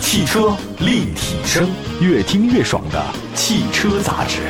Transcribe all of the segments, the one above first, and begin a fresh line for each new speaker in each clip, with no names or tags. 汽车立体声，越听越爽的汽车杂志。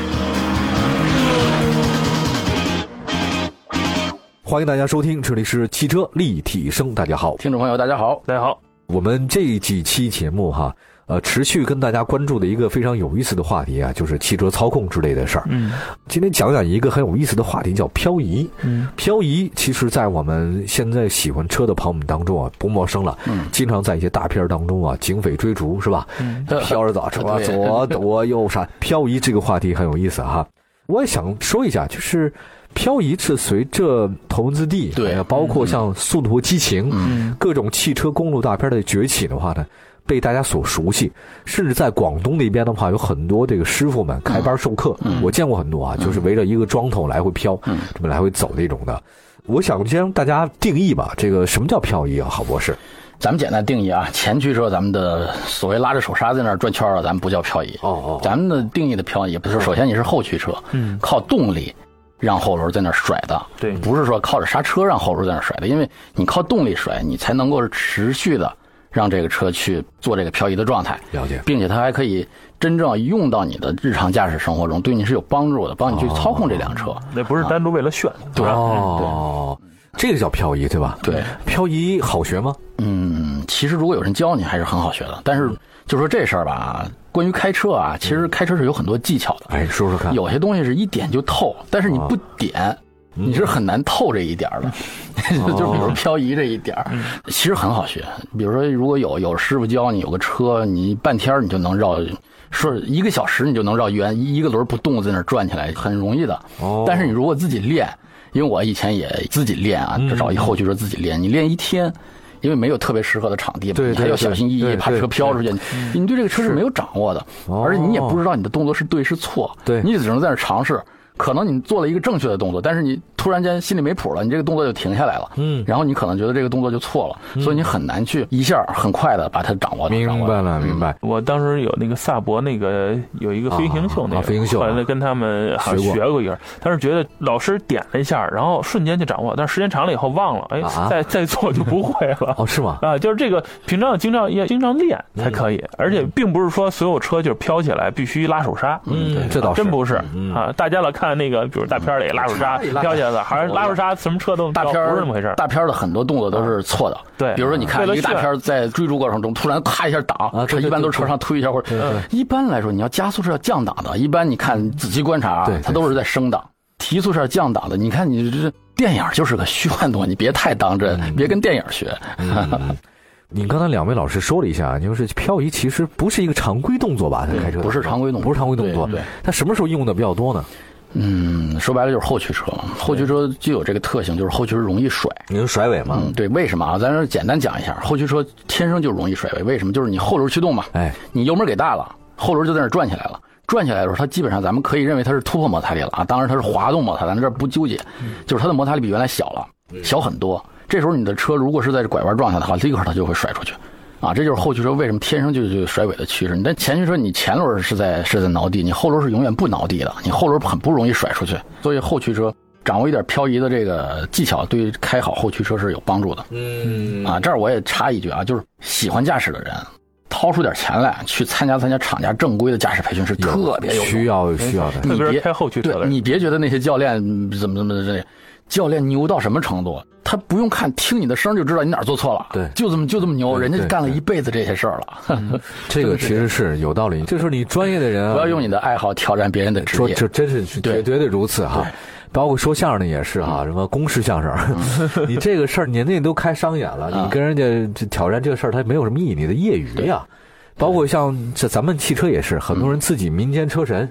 欢迎大家收听，这里是汽车立体声。大家好，
听众朋友，大家好，
大家好，
我们这几期节目哈，呃，持续跟大家关注的一个非常有意思的话题啊，就是汽车操控之类的事儿。
嗯
今天讲讲一个很有意思的话题，叫漂移。
嗯
漂移其实，在我们现在喜欢车的朋友们当中啊，不陌生了。
嗯，
经常在一些大片儿当中啊，警匪追逐是吧？
嗯
呃
飘着走，左
对
左左右闪，漂移这个话题很有意思哈。我也想说一下，就是漂移是随着头文字 D，
对
呃包括像《速度和激情》
嗯
嗯
各种汽车公路大片的崛起的话呢，被大家所熟悉。甚至在广东那边的话，有很多这个师傅们开班授课，
嗯
我见过很多啊，就是围着一个桩头来回飘，
嗯
这么来回走那种的。我想先让大家定义吧，这个什么叫漂移啊，郝博士？
咱们简单定义啊，前驱车咱们的所谓拉着手刹在那儿转圈儿啊，咱们不叫漂移。
哦
咱们的定义的漂移不是，首先你是后驱车，
嗯，
靠动力让后轮在那儿甩的，
对
不是说靠着刹车让后轮在那儿甩的，因为你靠动力甩，你才能够持续的让这个车去做这个漂移的状态，
了解。
并且它还可以真正用到你的日常驾驶生活中，对你是有帮助的，帮你去操控这辆车。
那不是单独为了炫，啊对吧？
哦，这个叫漂移对吧？
对，
漂移好学吗？
嗯，其实如果有人教你，还是很好学的。但是就说这事儿吧，关于开车啊，其实开车是有很多技巧的，
哎，说说看。
有些东西是一点就透，但是你不点，
嗯
你是很难透这一点儿的。 就
哦
比如漂移这一点
嗯
儿，其实很好学。比如说，如果有有师傅教你，有个车，你半天儿你就能绕，说一个小时你就能绕圆一个轮儿不动在那儿转起来，很容易的。
哦
但是你如果自己练，因为我以前也自己练啊，
嗯
至少以后就说自己练，你练一天。因为没有特别适合的场地嘛，
对
你还
对
要小
对
心翼
对
翼，怕
对嗯
车飘出去。你对这个车是没有掌握的，
哦
而且你也不知道你的动作是对是错，
对
你只能在那儿尝试。可能你做了一个正确的动作，但是你突然间心里没谱了，你这个动作就停下来了。
嗯
然后你可能觉得这个动作就错了，所以你很难去一下很快的把它掌握。
明
掌握嗯
白了，明白。
我当时有那个萨博那个有一个飞行秀那个，
啊啊飞行秀
后来跟他们好像
学过
学过一下，但是觉得老师点了一下，然后瞬间就掌握，但是时间长了以后忘了，哎，
啊
再再做就不会了。
哦，是吗？
啊，就是这个，平常经常也经常练才可
嗯
以，而且并不是说所有车就是飘起来必须拉手刹，
嗯
对
这倒是
真不是
嗯嗯
啊。大家老看那个，比如大片儿里拉手刹
嗯
飘起来了，还是拉手刹，什么车都能
大
飘
片
哦
不
儿
是那么回事儿。
大片儿的很多动作都是错
啊
的。
对
比如说你看
为了
一个大
炫
片儿在追逐过程中突然咔一下挡，
啊对
车
对
一般
对
都是
对
朝上推一下或者。一般来说，你要加速是要降档的，一般你看仔细观察啊
对对，
它都是在升档，提速是要降档的。你看你这电影就是个虚幻东西，你别太当真，别跟电影学。
嗯你刚才两位老师说了一下，就是漂移其实不是一个常规动作吧？在开车的时候
嗯不是常规动作
不是常规动作。
对对，
它什么时候用的比较多呢？
嗯，说白了就是后驱车，后驱车就有这个特性，就是后驱车容易甩。
你是甩尾吗？
嗯，对，为什么啊？咱说简单讲一下，后驱车天生就容易甩尾，为什么？就是你后轮驱动嘛，
哎，
你油门给大了，后轮就在那儿转起来了。转起来的时候，它基本上咱们可以认为它是突破摩擦力了啊，当然它是滑动摩擦，咱们这儿不纠结，就是它的摩擦力比原来小了，小很多。这时候你的车如果是在这拐弯状态的话，立刻它就会甩出去，啊，这就是后驱车为什么天生就就甩尾的趋势。你但前驱车你前轮是在是在挠地，你后轮是永远不挠地的，你后轮很不容易甩出去，所以后驱车。掌握一点漂移的这个技巧，对于开好后驱车是有帮助的。
嗯
啊，这儿我也插一句啊，就是喜欢驾驶的人，掏出点钱来去参加参加厂家正规的驾驶培训是啊特别有用嗯
需。要需要的。
特别
你
是
别
开后驱车的
对
人，
你别觉得那些教练嗯怎么怎么这，教练牛到什么程度？他不用看，听你的声儿就知道你哪儿做错了。
对
就这么就这么牛，
对
人家
对
干了一辈子这些事 儿了。
这个其实是有道理。这时候你专业的人啊，
不要用你的爱好挑战别人的职
说
业。
这真是绝
对
绝对如此哈。包括说相声的也是哈，什么公式相 声，你这个事儿年内都开商演了，
啊
你跟人家这挑战这个事儿，它没有什么意义，你的业余呀。包括像这咱们汽车也是，很多
嗯
人自己民间车神，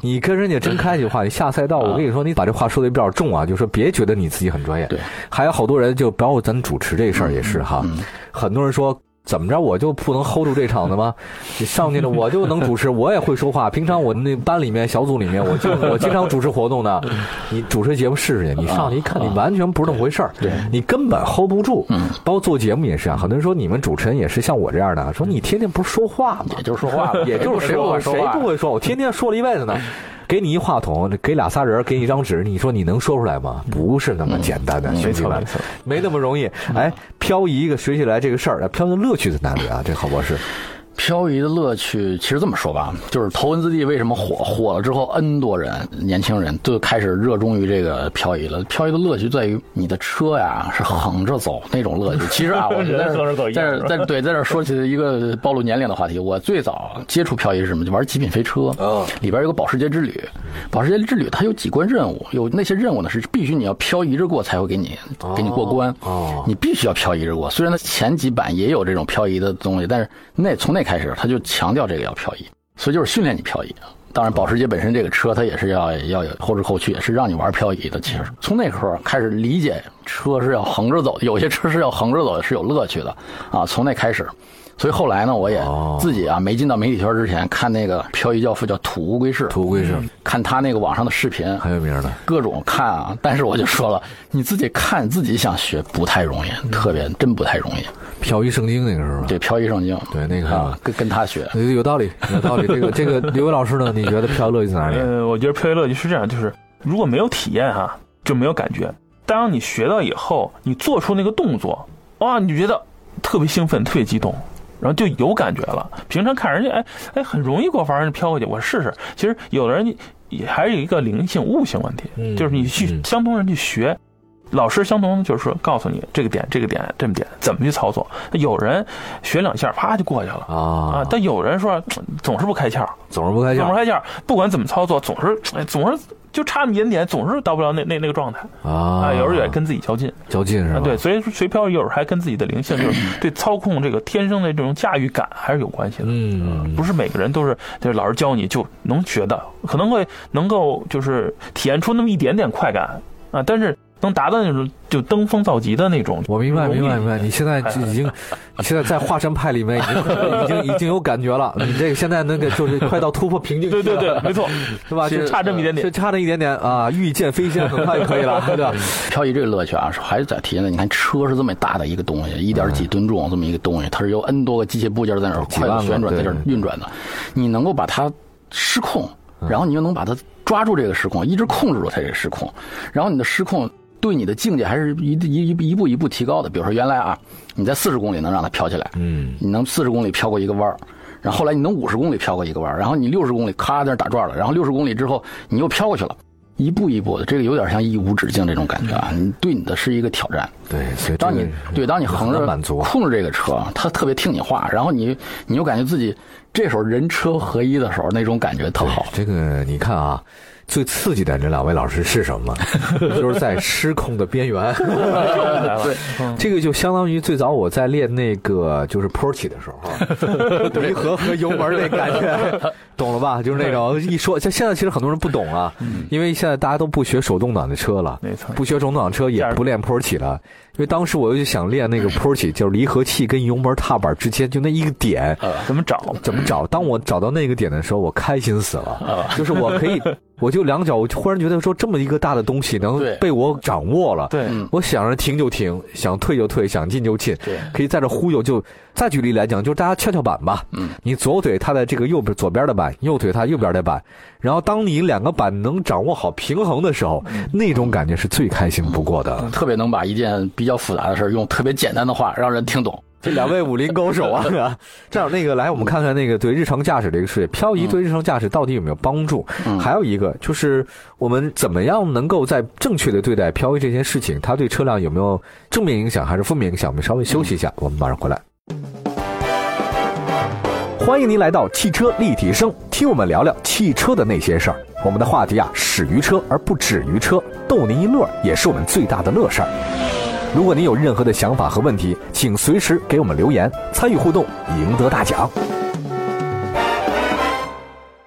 你跟人家真开起话，你下赛道，
啊
我跟你说，你把这话说的比较重啊，就说别觉得你自己很专业。
对，
还有好多人就包括咱主持这事儿也是哈，
嗯
很多人说。怎么着我就不能 hold 住这场子吗？你上去了我就能主持，我也会说话。平常我们那班里面、小组里面， 我就我经常主持活动呢。你主持节目试试去，
啊
你上去一看，你完全不是那么回事儿，你根本 hold 不住。
嗯
包括做节目也是啊，很多人说你们主持人也是像我这样的，说你天天不是说话吗？
也就是说话吧，
也就是
谁
谁
不
不
会
会
说
谁
话
不会说，我天天说了一辈子呢。给你一话筒，给俩仨人，给你一张纸，你说你能说出来吗？不是那么简单的，兄弟
没错
们
没错，
没那么容易。哎，漂移一个学起来这个事儿，漂移的乐趣在哪里啊？这郝博士，
漂移的乐趣，其实这么说吧，就是头文字 D 为什么火？火了之后，N 多人年轻人就开始热衷于这个漂移了。漂移的乐趣在于你的车呀是横着走那种乐趣。其实啊，我觉
人
得
横着走一
在
样
这在这对在这说起一个暴露年龄的话题，我最早接触漂移是什么？就玩《极品飞车》
哦
里边有个保时捷之旅，保时捷之旅它有几关任务，有那些任务呢是必须你要漂移着过才会给你给你过关。
哦
你必须要漂移着过。虽然它前几版也有这种漂移的东西，但是那从那开始他就强调这个要漂移，所以就是训练你漂移。啊当然，保时捷本身这个车它也是要要有后知后觉，也是让你玩漂移的。其实
嗯
从那时候开始理解车是要横着走的，有些车是要横着走的，是有乐趣的啊。从那开始。所以后来呢，我也
哦
自己啊没进到媒体圈之前，看那个漂移教父叫土乌龟式，
土乌龟式
看他那个网上的视频，
很有名的。
各种看啊，但是我就说了，你自己看自己想学不太容易，特别真不太容易。
漂移圣经那个是吧？
对，漂移圣经，
对那个
啊，跟跟他学，
对，有道理，有道理。这个这个刘伟老师呢，你觉得漂移乐趣在哪里？
呃，我觉得漂移乐趣是这样，就是如果没有体验哈、就没有感觉。当你学到以后，你做出那个动作，哇，你就觉得特别兴奋，特别激动，然后就有感觉了。平常看人家，哎哎，很容易给我玩儿飘过去，我试试。其实有的人也还有一个灵性悟性问题，
嗯
就是你去
嗯
相同人去学。老师相同就是说，告诉你这个点、这个点、这么点怎么去操作。有人学两下，啪就过去了
啊
啊，但有人说总是不开窍，
总是不开
怎么
窍
开窍，不管怎么操作，总是哎，总是就差那么一点点，总是到不了那那那个状态
啊
啊。有时候也跟自己较劲
较劲是吧？
啊，对，，所以说学漂移有时候还跟自己的灵性， 就是对操控这个天生的这种驾驭感还是有关系的。
嗯，
不是每个人都是，就是老师教你就能学的，可能会能够就是体验出那么一点点快感啊，但是能达到那种就登峰造极的那种。
我明白，
容易
明白，明白。你现 在已经，你现在在华山派里面已经已经已经有感觉了。你这个现在那个就是快到突破瓶颈期
对
了，
对 对，没错，
是吧？
就
就
差这么一点点嗯
就。差那一点点啊，御剑飞仙很快就可以 了，对吧？
漂移这个乐趣啊，是还是在体现在你看车是这么大的一个东西，一点几吨重这么一个东西，它是由 N 多个机械部件在那儿
几
快
万个
速旋转，
对
在这儿运转的，你能够把它失控，然后你又能把它抓住这个失控，一直控制住它这个失控，然后你的失控。对你的境界还是一一一一步一步提高的。比如说，原来啊，你在四十公里能让它飘起来，
嗯，
你能四十公里飘过一个弯儿，然后后来你能五十公里飘过一个弯儿，然后你六十公里咔在那儿打转了，然后六十公里之后你又飘过去了，一步一步的，这个有点像义无止境这种感觉啊，你对你的是一个挑战。
对，所以这
当
个
你对当你
很
横
难
着
满足，啊
控制这个车，啊它特别听你话，然后你你又感觉自己这时候人车合一的时候那种感觉特
对
好。
这个你看啊，最刺激的这两位老师是 什么？就是在失控的边缘。
对，
这个就相当于最早我在练那个就是坡起的时候，离合和油门那感觉，懂了吧？就是那种一说，像现在其实很多人不懂啊，因为现在大家都不学手动挡的车了，
没错
不学手动挡车也不练坡起了。因为当时我就想练那个坡起，就是离合器跟油门踏板之间就那一个点，
怎么找？
怎么找？当我找到那个点的时候，我开心死了，就是我可以，我就两脚，我忽然觉得说这么一个大的东西能
对
被我掌握了，
对，
嗯
我想着停就停，想退就退，想进就进
对，
可以在这忽悠。就再举例来讲，就是大家跷跷板吧，
嗯，
你左腿踏在这个右边左边的板，右腿踏右边的板，然后当你两个板能掌握好平衡的时候，那种感觉是最开心不过的。
特别能把一件比较复杂的事儿用特别简单的话让人听懂。
这两位武林高手啊，正好那个来，我们看看那个对日常驾驶这个事业，漂移对日常驾驶到底有没有帮助？
嗯
还有一个就是我们怎么样能够在正确的对待漂移这件事情，它对车辆有没有正面影响还是负面影响？我们稍微休息一下，我们马上回来。欢迎您来到汽车立体声，听我们聊聊汽车的那些事儿。我们的话题啊，始于车而不止于车，逗您一乐儿也是我们最大的乐事儿。如果您有任何的想法和问题，请随时给我们留言，参与互动，赢得大奖。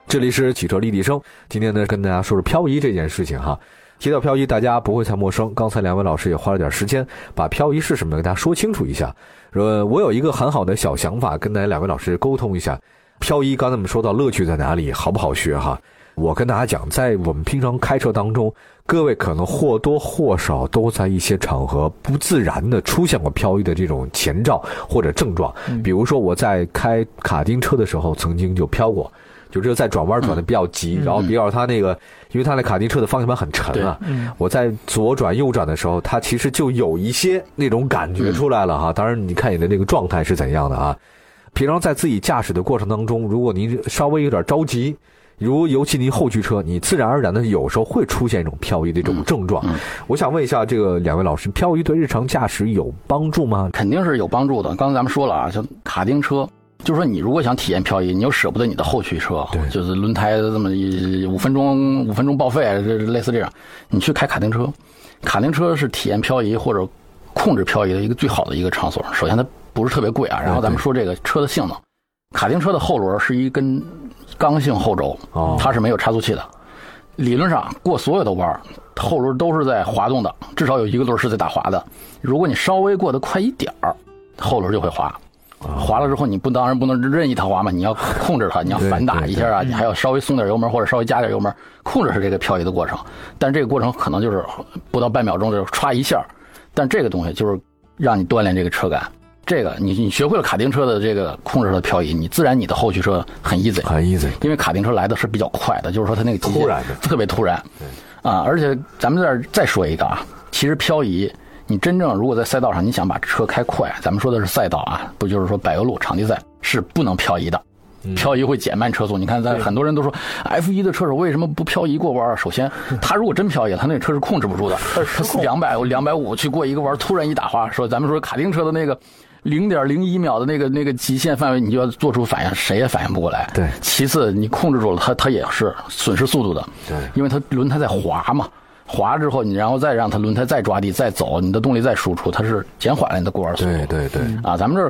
这里是汽车立体声，今天呢跟大家说说漂移这件事情哈。提到漂移，大家不会太陌生。刚才两位老师也花了点时间，把漂移是什么给大家说清楚一下。呃，我有一个很好的小想法，跟大家两位老师沟通一下。漂移，刚才我们说到乐趣在哪里，好不好学哈？我跟大家讲，在我们平常开车当中，各位可能或多或少都在一些场合不自然的出现过漂移的这种前兆或者症状。比如说我在开卡丁车的时候，曾经就飘过。就是在转弯转的比较急，然后比较它那个，因为它那卡丁车的方向盘很沉啊，我在左转右转的时候，它其实就有一些那种感觉出来了哈。当然，你看你的那个状态是怎样的啊。平常在自己驾驶的过程当中，如果您稍微有点着急，如尤其您后驱车，你自然而然的有时候会出现一种漂移的一种症状。我想问一下，这个两位老师，漂移对日常驾驶有帮助吗？
肯定是有帮助的。刚才咱们说了啊，像卡丁车，就是说你如果想体验漂移，你又舍不得你的后驱车，就是轮胎这么一五分钟五分钟报废，这类似这样，你去开卡丁车，卡丁车是体验漂移或者控制漂移的一个最好的一个场所。首先它不是特别贵啊，然后咱们说这个车的性能，卡丁车的后轮是一根刚性后轴
哦，
它是没有差速器的。理论上过所有的弯儿，后轮都是在滑动的，至少有一个轮是在打滑的。如果你稍微过得快一点儿，后轮就会滑。滑了之后，你不当然不能任意它滑嘛，你要控制它，你要反打一下啊，你还要稍微松点油门或者稍微加点油门，控制是这个漂移的过程。但这个过程可能就是不到半秒钟，就是歘一下。但这个东西就是让你锻炼这个车感。这个你你学会了卡丁车的这个控制的漂移，你自然你的后驱车很 easy。
很 easy，
因为卡丁车来的是比较快的，就是说它那个极
哎
限
突然的
特别突然，啊，而且咱们这儿再说一个啊，其实漂移，你真正如果在赛道上你想把车开快，咱们说的是赛道啊，不就是说柏油路场地赛是不能漂移的。
嗯
漂移会减慢车速，你看，咱很多人都说 F 1的车手为什么不漂移过弯儿？首 先，他如果真漂移，他那车是控制不住的，他两百两百五去过一个弯儿，突然一打滑，说咱们说卡丁车的那个零点零一秒的那个那个极限范围，你就要做出反应，谁也反应不过来。
对
其次，你控制住了它，它也是损失速度的。
对
因为它轮胎在滑嘛，滑之后你然后再让它轮胎再抓地再走，你的动力再输出，它是减缓了你的过弯速度。
对对对，
啊，咱们这儿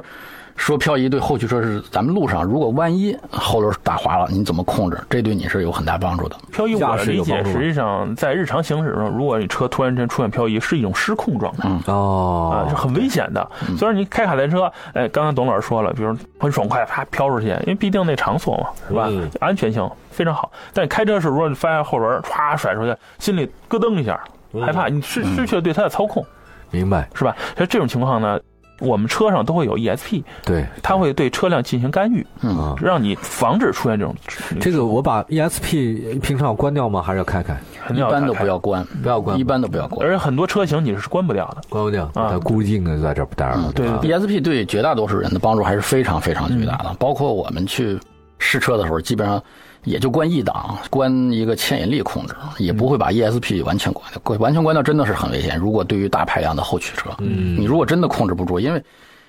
说漂移对后驱车是，咱们路上如果万一后轮打滑了，你怎么控制？这对你是有很大帮助的。
漂移，我
驾
的
驶有
理解
帮助吗
实际上在日常行驶中，如果你车突然间出现漂移，是一种失控状态。
嗯
啊，
哦，
是很危险的。虽然你开卡丁车，哎，刚刚董老师说了，比如很爽快，啪飘出去，因为毕竟那场所嘛，是吧？
嗯
安全性非常好。但你开车的时候，如果你发现后轮歘甩出去，心里咯噔一下，
嗯
害怕，你失失去了对它的操控，
明白，
是吧？所以这种情况呢，我们车上都会有 ESP，
对，
它会对车辆进行干预，
嗯
啊，
让你防止出现这种。
这个我把 ESP 平常要关掉吗？还是要开开？
肯
一
定要
般都
开
不要关，
不要关
嗯一般都不要关
而。且很多车型你是关不掉的。
关不掉，
啊
它固定的在这儿不待着了，
嗯对
吧？
ESP 对绝大多数人的帮助还是非常非常巨大
嗯
的，包括我们去试车的时候，基本上也就关一档，关一个牵引力控制，也不会
嗯
把 ESP 完全关掉。关完全关掉真的是很危险。如果对于大排量的后驱车，嗯，你如果真的控制不住，因为。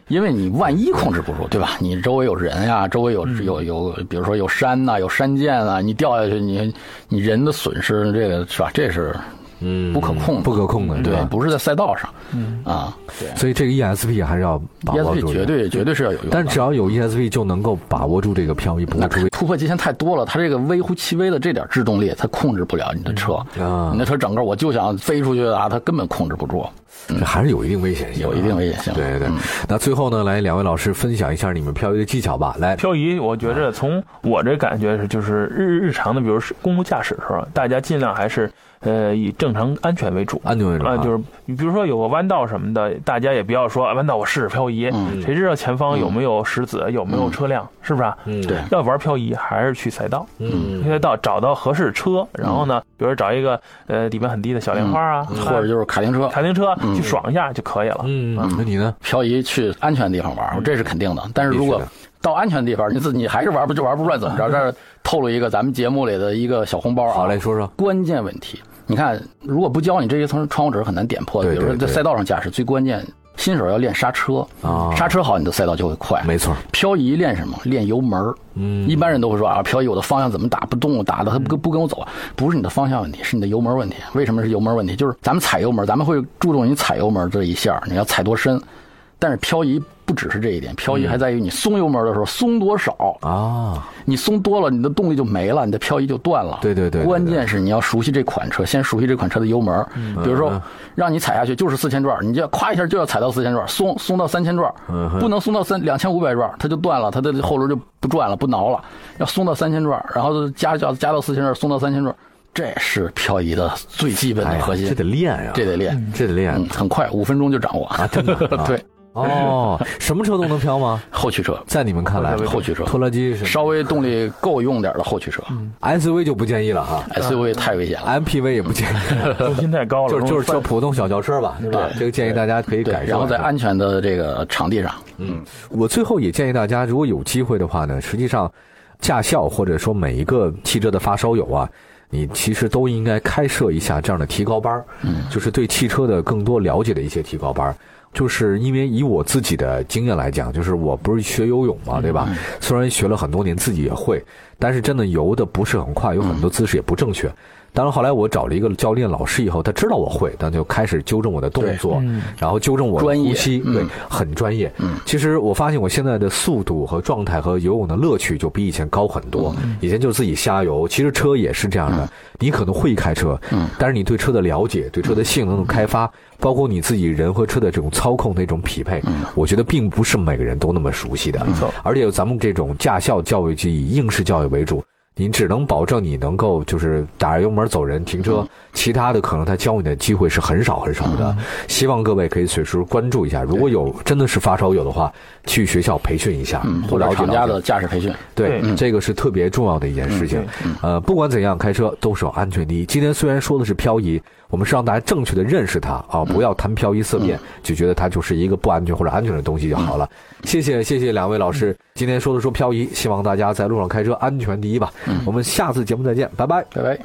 因为你万一控制不住，对吧？你周围有人呀、周围有
嗯
有有，比如说有山呐、有山涧啊，你掉下去，你你人的损失，这个是吧？这是
嗯
不可控的嗯
不可控的，
对
吧，？
不是在赛道上，
嗯
啊
所以这个 ESP 还是要把握住的，
，ESP E 绝对绝对是要有用的。
但只要有 ESP 就能够把握住这个漂移，不会
那
出
突破极限太多了，它这个微乎其微的这点制动力，它控制不了你的车。
啊
你的车整个我就想飞出去啊，它根本控制不住，
这还是有一定危险性的，
有一定危险性。嗯
对对对，那最后呢，来两位老师分享一下你们漂移的技巧吧。来，
漂移，我觉
哎
着从我这感觉是，就是日日常的，比如是公路驾驶的时候，大家尽量还是呃以正常安全为主。
安全为主
啊，就是你比如说有个弯道什么的，大家也不要说啊弯道我试试漂移，
嗯
嗯
谁知道前方有没有石子，有没有车辆，是不是啊？
对
要玩漂移还是去赛道，
嗯
去赛道找到合适的车，然后呢，比如找一个呃底盘很低的小莲花啊，
或者就是卡丁车
卡丁车去爽一下就可以了。
嗯，那你呢？
漂移去安全的地方玩，这是肯定的。但是如
必
果
须的
到安全地方，你自己还是玩不就玩不转怎么 着？这儿透露一个咱们节目里的一个小红包啊。
好嘞，说说。
关键问题。你看，如果不教你这些层窗户纸很难点破的。
对
比如说
对
在
对
赛道上驾驶，最关键，新手要练刹车
啊
刹车好，你的赛道就会快。
没错，
漂移练什么？练油门儿。
嗯
一般人都会说啊，漂移我的方向怎么打不动，打的他不跟不跟我走啊，不是你的方向问题，是你的油门问题。为什么是油门问题？就是咱们踩油门，咱们会注重你踩油门这一下儿，你要踩多深。但是漂移不只是这一点，漂
嗯
移还在于你松油门的时候松多少，
啊，
你松多了，你的动力就没了，你的漂移就断了。
对对对对对
关键是你要熟悉这款车，先熟悉这款车的油门儿。
嗯
比如说，让你踩下去就是四千转儿，你就咵一下就要踩到四千转儿，松松到三千转儿，
嗯
不能松到三两千五百转儿，它就断了，它的后轮就不转了，不挠了。要松到三千转儿，然后加加加到四千转儿，松到三千转儿，这是漂移的最基本
哎
的
呀
核心，
这得练呀，
这得练。嗯
这得练
嗯，很快，五分钟就掌握。
啊，真的啊
对，
哦，什么车都能飘 吗？
后驱车，
在你们看来，
后驱车
拖拉嗯机是
稍微动力够用点的后驱车
SUV 就不建议了哈
，SUV 太危险了。
，MPV 也不建 议，
嗯重心太高了，
就是就是
容
就
易翻
普通小轿车吧，对吧？这个建议大家可以
对
改，
然后在
按。
安全的这个场地上，
我最后也建议大家，如果有机会的话呢，实际上驾校或者说每一个汽车的发烧友啊，你其实都应该开设一下这样的提高班儿，嗯，就是对汽车的更多了解的一些提高班儿。就是因为以我自己的经验来讲，就是我不是学游泳嘛，对吧？虽然学了很多年，自己也会，但是真的游的不是很快，有很多姿势也不正确。当然后来我找了一个教练老师以后，他知道我会，但就开始纠正我的动
对
嗯
作，然后纠正我的
专业
呼吸，
嗯
对，很专业。其实我发现我现在的速度和状态和游泳的乐趣就比以前高很多。
嗯
以前就是自己瞎游，其实车也是这样的。你可能会开车，
嗯
但是你对车的了解、对车的性能的开发，包括你自己人和车的这种操控的一种匹配，嗯我觉得并不是每个人都那么熟悉的。
错
而且咱们这种驾校教育就以应试教育为主。你只能保证你能够就是打着油门走人停
嗯
车，其他的可能他教你的机会是很少很少的。希望各位可以随时关注一下，如果有真的是发烧友的话，去学校培训一下
嗯，，或
或
者
了解
厂家
了
的
解。
驾驶培训，
对
对，嗯
这个是特别重要的一件事情
嗯。
呃，不管怎样，开车都是有安全第一。今天虽然说的是漂移，我们是让大家正确的认识它
嗯
啊，不要谈漂移色变，就觉得它就是一个不安全或者安全的东西就好了。
嗯
谢谢谢谢两位老师，今
嗯
天说的说漂移，希望大家在路上开车安全第一吧。我们下次节目再见，拜拜。
拜拜。